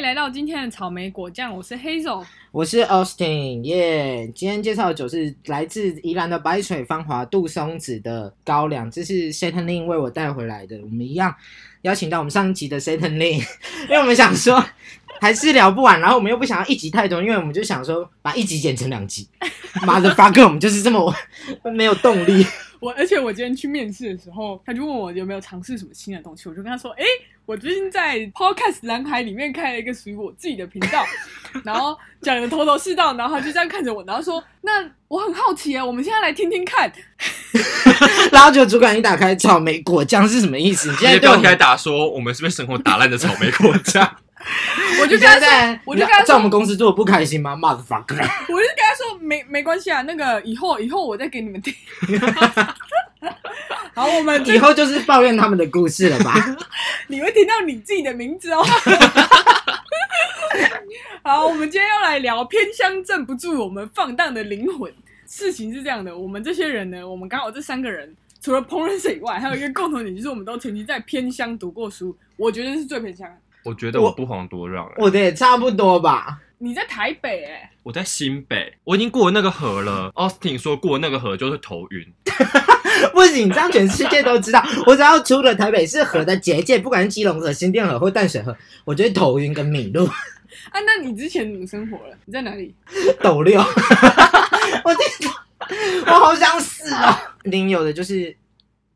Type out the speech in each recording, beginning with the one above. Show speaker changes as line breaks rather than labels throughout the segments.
来到今天的草莓果酱，我是 Hazel。
我是 Austin，耶、今天介绍的酒是来自宜兰的白水芳华杜松子的高粱，这是 Satan Lin 为我带回来的。我们一样邀请到我们上一集的 Satan Lin，因 为我们想说还是聊不完，然后我们又不想要一集太多，因为我们就想说把一集剪成 两集。妈的 fuck，我们就是这么 没有动力。
我而且我今天去面试的时候，他就问我有没有尝试什么新的东西，我就跟他说，诶，我最近在 Podcast 蓝海里面开了一个属于我自己的频道， 然后讲的头头是道，然后他就这样看着我，然后说，那我很好奇啊，我们现在来听听看。
然后就主管一打开草莓果酱是什么意思？你
今
现在
天
对我
标题还
们，
打说哎我们是被生活打烂的草莓果酱，
我就跟
你
他
现
说，
在
我就跟他说
在我们公司做的不开心吗？妈的 fuck。
我就跟他说，没没关系啊，那个以后以后我再给你们听。 好，我们
以
这
后就是抱怨他们的故事了吧？
你会听到你自己的名字 哦。好，我们今天要来聊偏乡镇不住我们放荡的灵魂。事情是这样的，我们这些人呢，我们刚好这三个人，除了烹饪社以外，还有一个共同点就是我们都曾经在偏乡读过书。我觉得是最偏乡的。
我觉得我不遑多让、欸。
我的也差不多吧。
你在台北哎、
我在新北，我已经过了那个河了。Austin 说过那个河就是头晕，
不行，这样全世界都知道。我只要出了台北市河的结界，不管是基隆河、新店河或淡水河，我就会头晕跟迷路、
啊，那你之前怎么生活了？你在哪里？
抖六。 我天哪，我好想死哦！您有的就是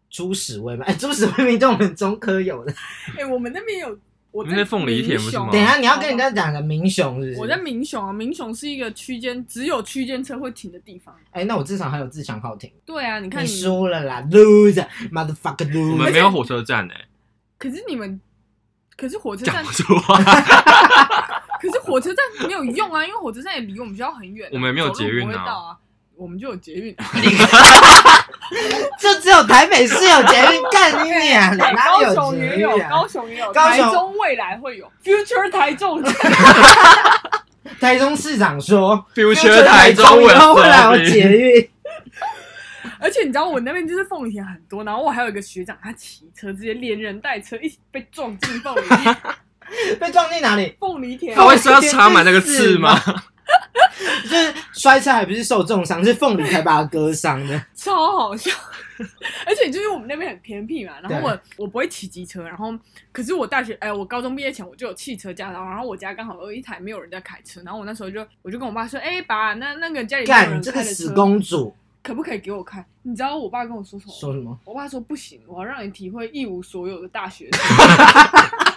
猪屎味嘛，哦哎、 猪屎味明明就我们中科有的。
哎、我们那边有我
你们在凤梨田不是
民雄
吗
等一下你要跟人家讲个民雄是不是？
我在民雄啊，民雄是一个区间只有区间车会停的地方。
哎、那我至少还有自强号亭。
对啊，你看
你输了啦，loser，motherfucker
我们
loser。
没有火车站哎、
可是你们，可是火
嗯
车站
讲不，出话，
可是火车站没有用啊，因 为火车站也离我们学校很远啊、
我们也没有捷运
走路
啊
不会到啊，我们就有捷运、啊。
就只有台北市有捷运，干你娘嘞！ 哪
高
有
雄
捷
也
运
有，
啊？
高雄也有，
高
台
雄
中未来会有 future 台中 站。
台中市长说，
比如学台中
以后会来我
我
捷运。
而且你知道我那边就是凤梨田很多，然后我还有一个学长，他骑车直接连人带车一起被撞进凤梨田
被撞进哪里？
凤梨田
他。会是要插满那个刺吗？
就是摔车还不是受重伤， 是凤梨才把他割伤的。
超好笑。 而且就是我们那边很偏僻嘛，然后
对
我我不会骑机车，然后可是我大学哎、我高中毕业前我就有汽车驾照，然后我家刚好有一台没有人在开车，然后我那时候就我就跟我爸说，哎、爸，那那个家里没有
干
人
这
开
个
的
死
车，
公主
可不可以给我开？你知道我爸跟我说什么吗？
说什么？
我爸说不行，我要让你体会一无所有的大学生。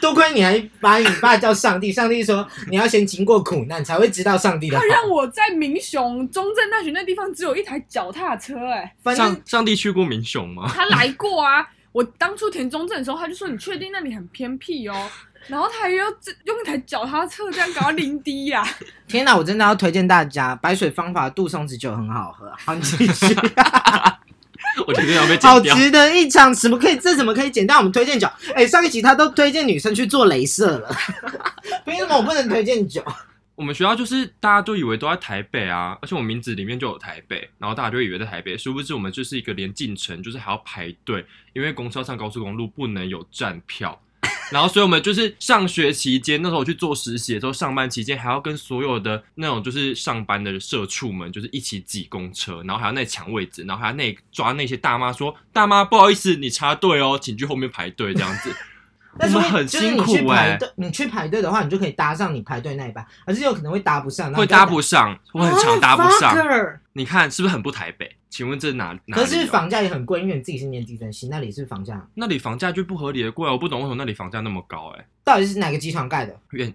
多亏你还把你爸叫上帝，上帝说你要先经过苦难才会知道上帝的
他
好。
让我在民雄中正大学那地方只有一台脚踏车、哎，
反正
上上帝去过民雄吗？
他来过啊。 我当初填中正的时候，他就说你确定那里很偏僻哦， 然后他还要这用一台脚踏车这样搞到零低呀、
天哪，我真的要推荐大家白水方法杜松子酒很好喝。啊好，你继 续。
我决定要被
好
剪掉。
值得一场，怎么可以？这怎么可以简单？我们推荐酒，哎、上一集他都推荐女生去做镭射了， 凭什么我不能推荐酒？
我们学校就是大家都以为都在台北啊，而且我名字里面就有台北，然后大家就以为在台北，殊不知我们就是一个连进城就是还要排队，因为公车上高速公路不能有站票。然后，所以我们就是上学期间，那时候我去做实习的时候，上班期间还要跟所有的那种就是上班的社畜们，就是一起挤公车，然后还要那抢位置，然后还要那抓那些大妈说：“大妈，不好意思，你插队哦，请去后面排队。”这样子，
但是
我们很
就是你
辛苦
去排
欸
队，你去排队的话，你就可以搭上你排队那一班，而是有可能会搭不上，然后
会
就会
搭不上，我
啊
很常搭不上。
Motherfucker
你看是不是很不台北？请问这哪哪里、
可是，房价也很贵，因为你自己是念计算系，那里是房价
那里房价就不合理的贵啊，我不懂为什么那里房价那么高哎、欸。
到底是哪个集团盖的？
愿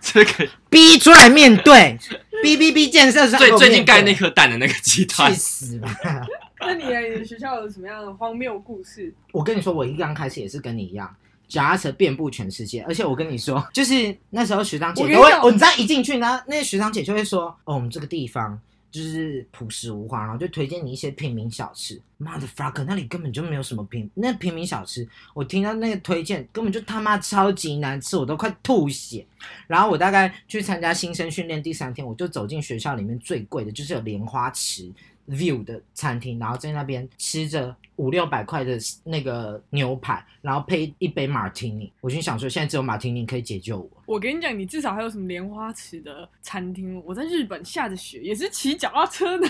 这 个
逼出来面对，逼逼逼建设是
最最近盖那颗蛋的那个集团
去，死吧！
那你的学校有什么样的荒谬故事？
我跟你说，我一刚开始也是跟你一样，脚踏车遍布全世界。而且我跟你说，就是那时候学长姐
我跟你
都会，
讲
我你知道一进去呢，那些学长姐就会说：“哦，我们这个地方就是朴实无华，然后就推荐你一些平民小吃。”妈的 fuck，那里根本就没有什么平那平民小吃，我听到那个推荐根本就他妈超级难吃，我都快吐血。然后我大概去参加新生训练第三天，我就走进学校里面最贵的，就是有莲花池 view 的餐厅，然后在那边吃着五六百块的那个牛排，然后配一杯马提尼。我就想说，现在只有马提尼可以解救我。
我跟你讲，你至少还有什么莲花池的餐厅？我在日本下着雪也是骑脚踏车的。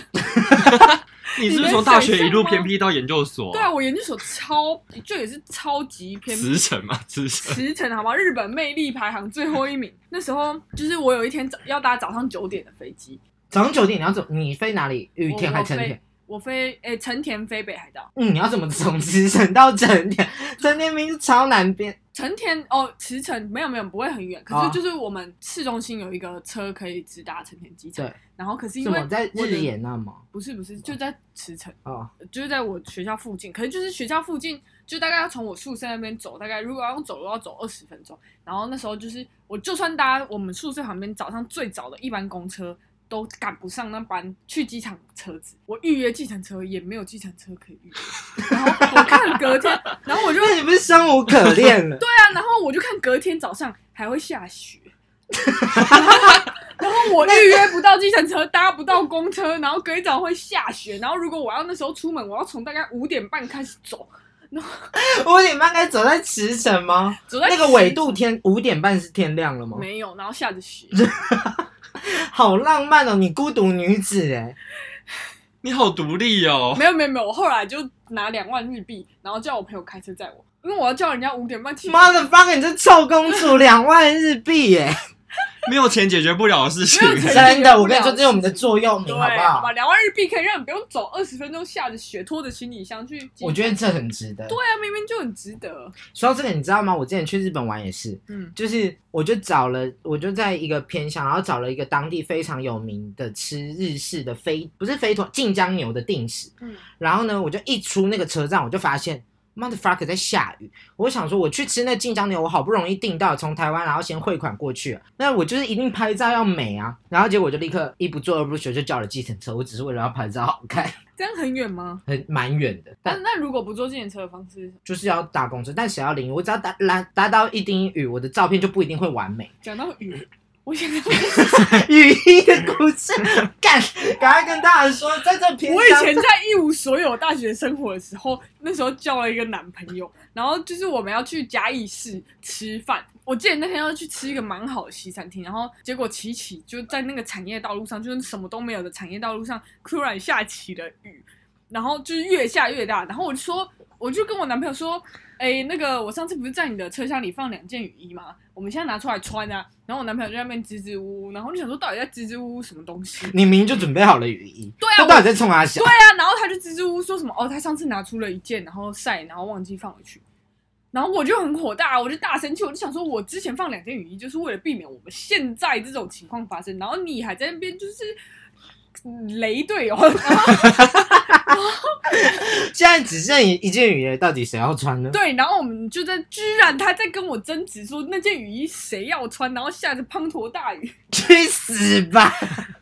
你是不是从大学一路偏僻到研究所、
对啊，，我研究所超就也是超级偏僻
辞呈嘛， 辞呈。
驰骋，好吗？日本魅力排行最后一名。 那时候就是我有一天早要搭早上九点的飞机，
早上九点你要走，你飞哪里？羽田还成
我
田
飞？我飞诶成田飞北海道，
嗯，你要怎么从茨城到成田？成田明明是超南边，
成田哦驰骋没有没有不会很远，可
啊
是就是我们市中心有一个车可以直达成田机场。
对，
然后可是因
怎
为
么在
我
日啊
的
野那吗？
不是不是就在驰骋，
哦，
就是在我学校附近，可是就是学校附近，就大概要从我宿舍那边走，大概如果要用走路要走二十分钟。然后那时候就是我就算搭我们宿舍旁边早上最早的一班公车，都赶不上那班去机场车子。我预约计程车也没有计程车可以预约，然后我看隔天， 然后我就
那你不是生无 可恋了？对，
对啊，然后我就看隔天早上还会下 雪。然后我预约不到计程车，搭不到公车，然后隔一早会下雪，然后如果我要那时候出门，我要从大概五点半开始走，
五点半该走在茨城吗？
走在
那个
十
纬度天五点半是天亮了吗？
没有，然后下着 雪，
好浪漫哦，你孤独女子哎，
你好独立哦，
没有没有没有，我后来就拿两万日币，然后叫我朋友开车载我，因为我要叫人家五点半起，
妈的 f 你这臭公主，两万日币欸耶！
没有钱解决不了的事情
没。有钱
真的，我跟你说，这是我们的座右铭，
对，
好不
好
好
吧，？两万日币可以让你不用走二十分钟，下着雪拖着行李箱去机场，
我觉得这很值得。
对啊，明明就很值得，
说到这个，你知道吗？我之前去日本玩也是，
嗯
就是我就找了，我就在一个偏乡，然后找了一个当地非常有名的吃日式的飞，不是飞团晋江牛的定食，
嗯，
然后呢，我就一出那个车站，我就发现 motherfucker 在下雨。我想说，我去吃那晋江牛，我好不容易订到，从台湾然后先汇款过去了，那我就是一定拍照要美啊。然后结果我就立刻一不做二不休，就叫了计程车，我只是为了要拍照好看，
这样很远吗？
很蛮远的，
那
但
那如果不坐计程车的方式，
就是要搭公车，但谁要淋雨？我只要达达达到一丁雨，我的照片就不一定会完美。
讲到雨，我想到
雨衣的故 事，干，赶快跟大家说，在这偏
我以
乡
前在一无所有大学生活的时候，那时候交了一个男朋友，然后就是我们要去嘉义市吃饭，我记得那天要去吃一个蛮好的西餐厅，然后结果起起就在那个产业道路上，就是什么都没有的产业道路上，突然下起了雨，然后就是越下越大，然后我就说，我就跟我男朋友说，哎、那个我上次不是在你的车厢里放两件雨衣吗？我们现在拿出来穿啊。然后我男朋友就在那边支支吾吾，然后我就想说到底在支支吾吾什么东西？
你明明就准备好了雨衣，
对啊
这到底在冲哪小
对？啊，然后他就支支吾吾说什么哦，他上次拿出了一件，然后晒，然后忘记放回去。然后我就很火大，我就大生气，我就想说，我之前放两件雨衣就是为了避免我们现在这种情况发生，然后你还在那边就是嗯雷队友，然后
现在只剩一件雨衣，到底谁要穿呢？
对，然后我们就在居然他在跟我争执说那件雨衣谁要穿，然后下着滂沱大雨，
去死 吧！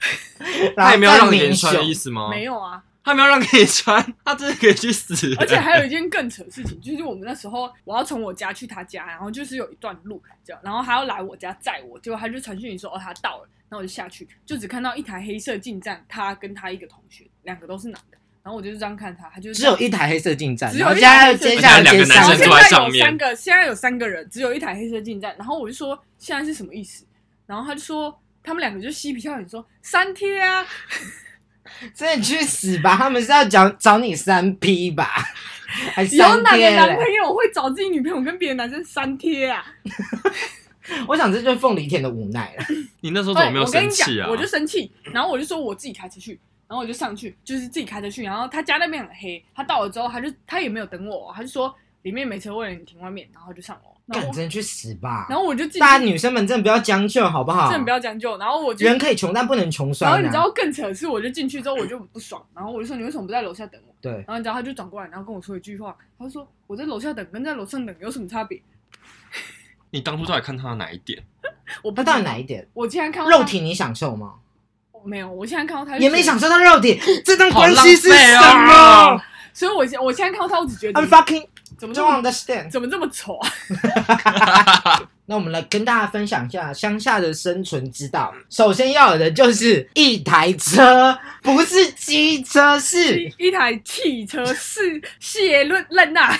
他也没有让你穿的
穿
意思
哦
吗？
没，有啊，
他没有让你穿， 他真的可以去死。
而且还有一件更扯的事情，就是我们那时候我要从我家去他家，然后就是有一段路这样，然后他要来我家载我，结果他就传讯息说哦他到了，然后我就下去，就只看到一台黑色进站，他跟他一个同学，两个都是男的，然后我就是这样看他，他就是
只有一台黑色进站，
只有
然后
一
接下
台
来
黑色
接
进
下来
站
接
然
下
后
男生
现
坐
来，
在
在
上
有
面
三个，现在有三个人，只有一台黑色进站，然后我就说现在是什么意思，然后他就说他们两个就嬉皮笑脸说三贴啊，
真的去死吧！他们是要找找你三 P 吧？还
有
三
哪个
贴
男
嘞？
朋友会找自己女朋友跟别的男生三贴啊？
我想这就是凤梨田的无奈了。
你那时候怎么没有
对我跟
生
你讲，
气啊？
我就生气，然后我就说我自己开车去，然后我就上去，就是自己开车去。然后他家那边很黑，他到了之后，他就他也没有等我，他就说里面没车位了，你停外面，然后就上楼。然后
干，
我
真的去死吧！
然后我就进去，
大家女生们真的不要将就，好不好？
真的不要将就。然后我就，
人可以穷，但不能穷
然后
酸
你知
啊！
道更扯的是，我就进去之后我就很不爽，然后我就说你为什么不在楼下等我？
对，
然后你知道他就转过来，然后跟我说一句话，他就说我在楼下等跟在楼上等有什么差别？
你当初到底看他的哪一点？
我不
那
知道
到底哪一点？
我现在看到他
肉体你享受吗？
没有，我现在看到他就
也没
觉得
享，受 到肉体，这段
好
关
浪
系是
费
什
啊
么
哦
所以我现我现在看到他，我只觉得
？I'm fucking
怎么这
中
么
网的 stand。
怎么这么丑啊？
那我们来跟大家分享一下乡下的生存之道。首先要有的就是一台车，不是机车，是
一一台汽车是谢论任 呐，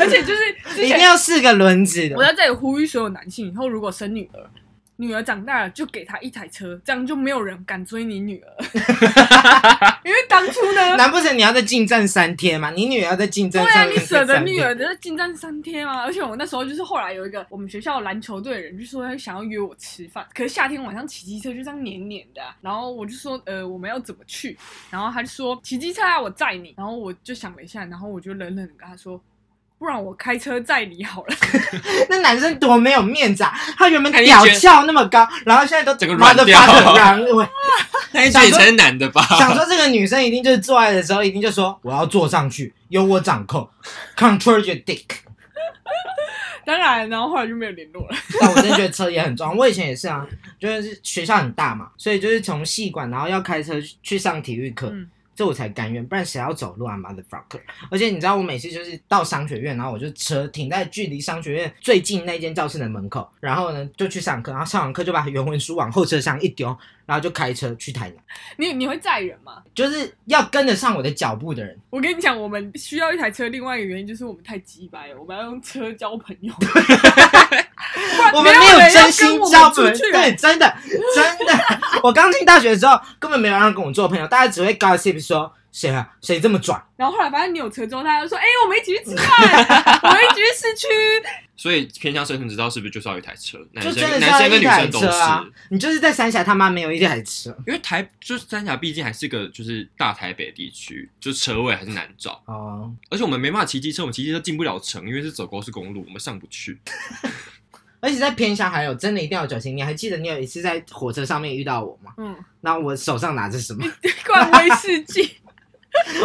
而且就是之
一定
前
要四个轮子
我
的。
在这里呼吁所有男性，以后如果生女儿，女儿长大了就给她一台车，这样就没有人敢追你女儿， 因为当初呢，
难不成你要再进站三天吗？你女儿要再进站
对 啊，
上
你
面
舍得
三
女
天
儿的进站三天啊！而且我那时候就是后来有一个我们学校篮球队的人就说他想要约我吃饭，可是夏天晚上骑机车就这样黏黏的啊、然后我就说呃我们要怎么去？然后他就说骑机车啊我载你，然后我就想了一下，然后我就冷冷的跟他说。不然我开车载你好了，
那男生多没有面子啊！他原本
肯定
屌
觉得
翘那么高，然后现在都
整个
妈
软
的
掉
发的 软尾，
那一句也才是男的吧？
想说这个女生一定就是做爱的时候一定就说我要坐上去，由我掌控，control your dick。
当然，然后后来就没有联络了。
但我真的觉得车也很重要，我以前也是啊，就是学校很大嘛，所以就是从系馆然后要开车去上体育课。
嗯
这我才甘愿，不然谁要走路啊，motherfucker！而且你知道，我每次就是到商学院，然后我就车停在距离商学院最近那间教室的门口，然后呢就去上课，然后上完课就把原文书往后车厢一丢，然后就开车去台南。
你你会载人吗？
就是要跟得上我的脚步的人。
我跟你讲，我们需要一台车，另外一个原因就是我们太鸡掰了，我们要用车交朋友。
我
没
们
有
没有
人要
真心
跟我们
交
出
朋友，
去
对，真的真的。我刚进大学的时候，根本没有人跟我做朋友，大家只会 gossip 说谁啊谁这么拽。
然后后来发现你有车之后，大家就说：“哎、我们一起去吃饭，我们一起去市区。
所以偏向生存之道是不是就是要有一台车？男
就
生
真的是
哎男
要
生
一
跟女
台
生都
车啊
是，！
你就是在三峡他妈没有一台车
因为台就是三峡，毕竟还是个就是大台北地区，就车位还是难找。
哦。
而且我们没办法骑机车，我们骑机车进不了城，因为是走高速公路，我们上不去。
而且在偏乡还有真的一定要有脚心。你还记得你有一次在火车上面遇到我吗”？
嗯，
那我手上拿着什么？
灌威士忌。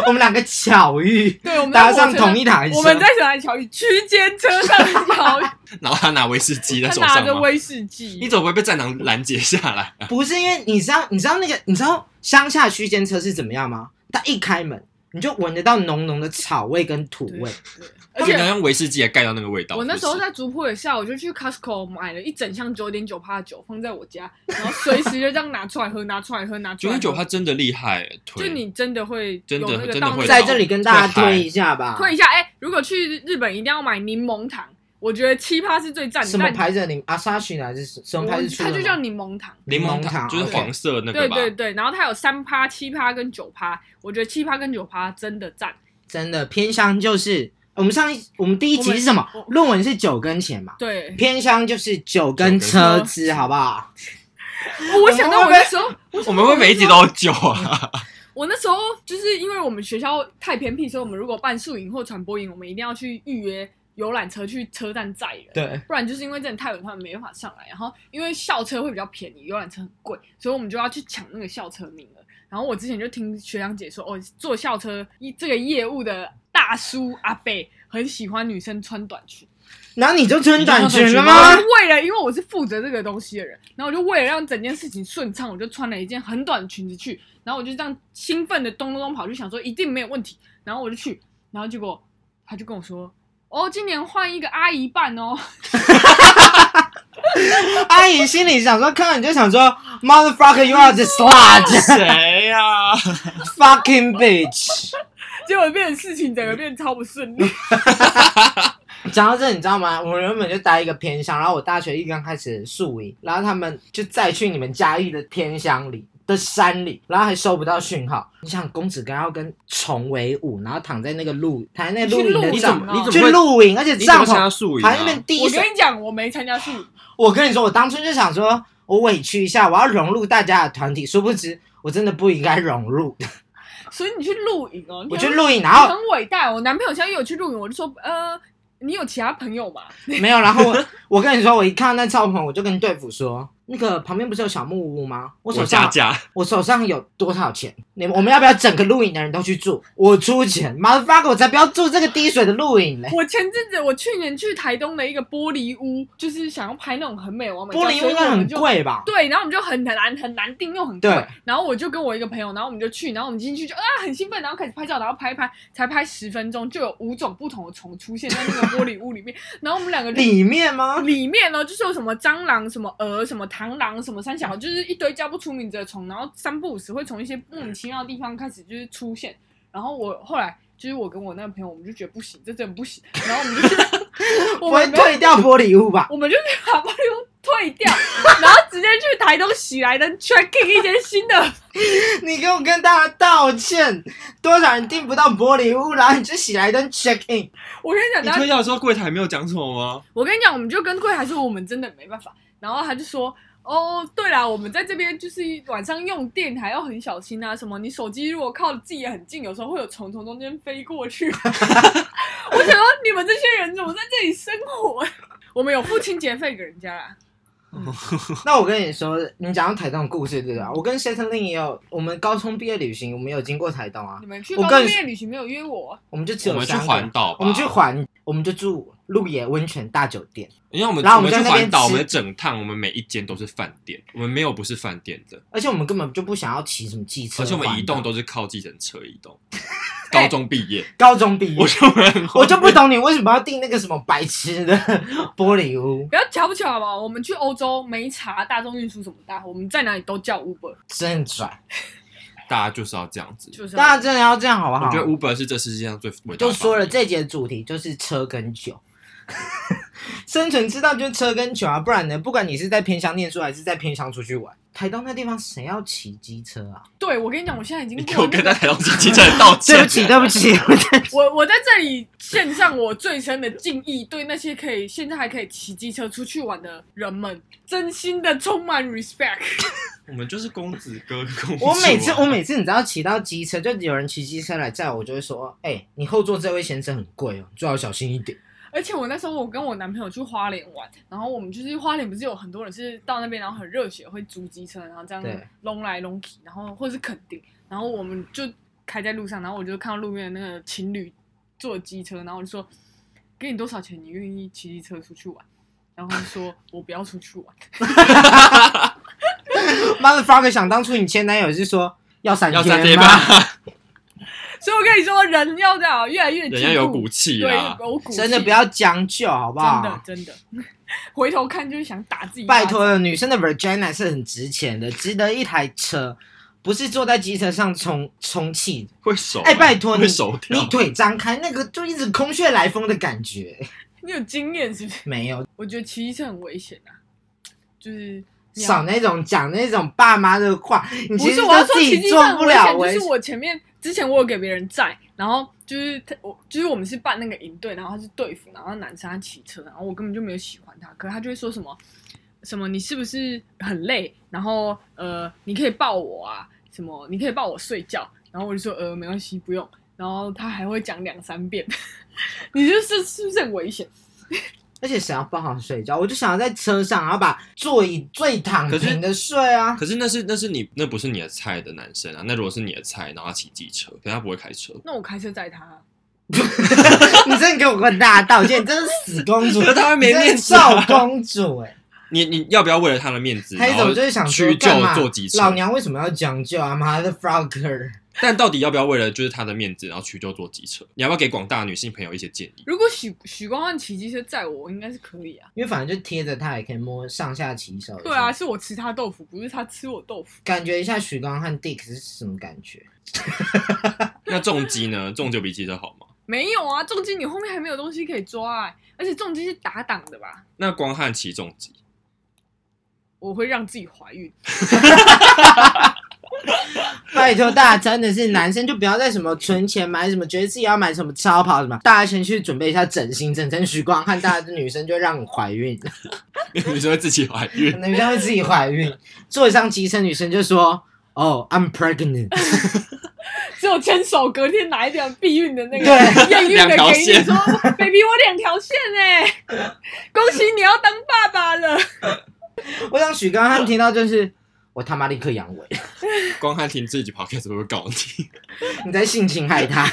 我们两个巧遇，
对，我们
搭
在
上
火车
同一台车。
我们在小南桥与区间车上 桥，
然后他拿威士忌在
他
手
拿
上
着
吗？
威士
你
忌。
怎么不会被战狼拦截下来？啊
不是因为你知道，你知道那个，你知道乡下区间车是怎么样吗？它一开门，你就闻得到浓浓的草味跟土味。
对，
他
而
们能
且
用威士忌来盖掉那个味道。
我那时候
是不是
在竹坡也下，我就去 Costco 买了一整箱九点九趴的酒放在我家，然后随时就这样拿出来喝，拿出来喝，拿出
九
来喝。
点九，他真的厉害，
就
推
你真的会
真的
有那个
真的
到那
会
个
在这里跟大家推一下吧，
推一下，哎、如果去日本一定要买柠檬糖，我觉得七趴是最赞的。
什么
但
牌子的柠？啊阿莎曲还是什么牌子出
它
的吗？
就叫柠檬糖。
柠
檬
檬
糖
就是
OK
黄色那
对
个吧？
对对，然后它有三趴、七趴跟九趴，我觉得七趴跟九趴真的赞。
真的偏乡就是我们上一我们第一集是什么
我们？
论文是酒跟钱嘛，
对，
偏乡就是酒跟车资，好不好？
哦我想到我那时候，
我们会每一集都有酒啊，
我那时候就是因为我们学校太偏僻，所以我们如果办宿营或传播营，我们一定要去预约游览车去车站载人。
对，
不然就是因为真的太远，他们没办法上来。然后因为校车会比较便宜，游览车很贵，所以我们就要去抢那个校车名额。然后我之前就听学长姐说，哦，做校车一这个业务的大叔阿贝很喜欢女生穿短裙。
然后你就穿短裙了
我
吗
就？为了，因为我是负责这个东西的人，然后我就为了让整件事情顺畅，我就穿了一件很短的裙子去，然后我就这样兴奋的咚咚咚跑去，想说一定没有问题，然后我就去，然后结果他就跟我说，哦，今年换一个阿姨扮哦，
阿姨心里想说，看到你就想说，motherfucker you are the slut
谁呀？
fucking bitch。
结果变成事情整个变得超不顺利，
讲到这，你知道吗？我原本就待一个偏乡，然后我大学一刚开始宿营，然后他们就再去你们嘉义的偏乡里的山里，然后还收不到讯号。你想公子哥要跟虫为伍，然后躺在那个露，躺在那个露营的
你去
帐
露
篷，
营哦
去露营，而且
你怎
帐
么参加
篷
宿营啊
还在那？边第一
我跟
手。
你讲，我没参加宿营，
我跟你说，我当初就想说，我委屈一下，我要融入大家的团体，殊不知我真的不应该融 入。
所以你去露营哦，你
我
很
去露营，然
你
后
很伟大。哦我男朋友现在也有去露营，我就说，呃，你有其他朋友吗？
没有，然后我我跟你说，我一看到那帐篷，我就跟队服说，那个旁边不是有小木屋吗？我手
我加
上啊
价，
我手上有多少钱？你们我们要不要整个露营的人都去住？我出钱，妈的 fuck，我才不要住这个滴水的露营嘞！
我前阵子，我去年去台东的一个玻璃屋，就是想要拍那种很美的完美照，
玻璃屋
所以
应该
我们
很
就。
贵吧？
对，然后我们就很难很难订，又很贵
对。
然后我就跟我一个朋友，然后我们就去，然后我们进去就啊很兴奋，然后开始拍照，然后拍一拍，才拍十分钟，就有五种不同的虫出现在那个玻璃屋里面。然后我们两个就
里面吗？
里面呢，就是有什么蟑螂、什么蛾、什么螳螂、什么三小，就是一堆叫不出名字的虫，然后三不五时会从一些莫名其妙的地方开始就是出现。然后我后来就是我跟我那个朋友，我们就觉得不行，这真的不行，然后我 们就去，我
不会
们没有
退掉玻璃屋吧？
我们就去把玻璃屋退掉，然后直接去台东喜来登 checking 一间新的。
你给我跟大家道歉，多少人订不到玻璃屋，然后你就喜来登 check in，
我跟你讲，
你
然后
推掉的时候柜台没有讲什么吗？
我跟你讲，我们就跟柜台说我们真的没办法，然后他就说。哦，对啦，我们在这边就是晚上用电台要很小心啊，什么你手机如果靠自己也很近，有时候会有虫从中间飞过去。 我想说你们这些人怎么在这里生活？我们有付清洁费给人家啦，
那我跟你说，你讲到台东的故事对吧？我跟谢森令也有，我们高中毕业旅行，我们有经过台东啊
你，们去
我
高
跟
中
你
毕业旅行没有约我？
我们就只
我
有
们去
三个
环，岛吧，
我们去环，我们就住鹿野温泉大酒店，
因为我们
然后我
我
们
们去
就在那边
环岛，我
吃
们整趟我们每一间都是饭店，我们没有不是饭店的，
而且我们根本就不想要骑什么机车
而
环
且
岛，
我们移动都是靠计程车移 动。高中毕业，
高中毕业
我。就很
我就不懂你为什么要订那个什么白痴的玻璃屋，
不要瞧不起好不好？我们去欧洲没查大众运输什么大，我们在哪里都叫 Uber，
真拽！
大家就是要这样子。
就是啊
大家真的要这样好不
我
好
觉？得 Uber 是这世界上最伟大的
就说了，
发明
这节主题就是车跟酒， 生存之道就是车跟酒啊，不然呢，不管你是在偏乡念书还是在偏乡出去玩，台东那地方谁要骑机车 啊？
对我跟你讲，我现在已经
你给
过
我
了那
跟
个
他台东机机车道歉，
对不起，对不起，我在
我我在这里献上我最深的敬意，对那些可以现在还可以骑机车出去玩的人们，真心的充满 respect。
我们就是公子哥跟公主啊
我每次我每次你知道骑到机车，就有人骑机车来载我，我就会说，哎、你后座这位先生很贵哦，最好小心一点。
而且我那时候我跟我男朋友去花莲玩，然后我们就是花莲不是有很多人是到那边然后很热血会租机车，然后这样
对
弄来弄去，然后或者是垦丁，然后我们就开在路上，然后我就看到路边的那个情侣坐机车，然后我就说给你多少钱，你愿意骑机车出去玩？然后他说我不要出去玩。
妈的，fuck，想当初你前男友是说要三
要三天
吗？
吧，
所以我跟你说，人要这样越来越
人
进
家有
步
骨气啊
对，
啦。
有骨气
真的不要将就，好不好？
真的真的， 回头看就是想打自己。啊
拜，托了，女生的 vagina 是很值钱的，值得一台车，不是坐在机车上充充气的。
会手
哎、拜托你
会手，
你
跳。
腿张开，那个就一直空穴来风的感觉。
你有经验是不是？
没有
我觉得骑车很危险啊，就是你要
少那种讲那种爸妈的话，你
不
其
是
实
我要
都
说
自
骑
己
机
做
车很
不
危
了
险，就是
险
我前面之前我有给别人载，然后就是他我就是我们是办那个营队，然后他是队服，然后男生他骑车，然后我根本就没有喜欢他，可是他就会说什么什么你是不是很累？然后呃你可以抱我啊，什么你可以抱我睡觉，然后我就说呃没关系不用，然后他还会讲两三遍， 你就是是不是很危险？
而且谁要抱好睡觉？我就想要在车上，然后把座椅最躺
可是
平的睡啊。
可是那是那是你那不是你的菜的男生啊，那如果是你的菜，然后他骑机车，可是他不会开车，
那我开车载他啊、
你真的给我个大道歉，你真是死公主，
可是 他没
你真是
面子
少
啊
公主哎、
你你要不要为了他的面子，
他一
然
种
后
就是想说
屈就
干嘛
坐机？车？
老娘为什么要将就啊？妈的 frogger！
但到底要不要为了就是他的面子，然后屈就坐机车？你要不要给广大女性朋友一些建议？
如果许许光汉骑机车载我，我应该是可以啊。
因为反正就贴着他也可以摸上下其手。
对啊，，是我吃他豆腐，不是他吃我豆腐。
感觉一下许光汉 Dick 是什么感觉？
那重机呢？重就比机车好吗？
没有啊，重击你后面还没有东西可以抓、欸，而且重击是打档的吧？
那光汉骑重机，
我会让自己怀孕，
拜托大家，真的是男生就不要再什么存钱买什么，觉得自己要买什么超跑什么，大家先去准备一下整形，整成许光汉，大家女生就会让你怀孕，
女生会自己怀孕。
女生会自己怀孕，坐上机车，女生就说。哦、i m pregnant。
只有牵手，隔天拿一条避孕的那个
对
验孕
两
的
条
给你
线
说 欸，baby 我两条线哎、恭喜你要当爸爸了。
我想许刚刚他们听到就是我他妈立刻阳痿，
光汉听自己 podcast 会不会告你？
你在性侵害他。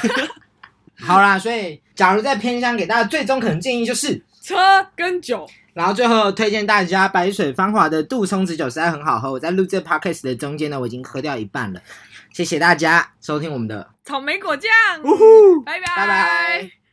好啦，所以假如在偏乡给大家最中肯的建议就是，
车跟酒，
然后最后推荐大家白水芳华的杜松子酒实在很好喝，我在录这 podcast 的中间呢，我已经喝掉一半了。谢谢大家收听我们的
草莓果酱，
呼，
拜拜
拜拜。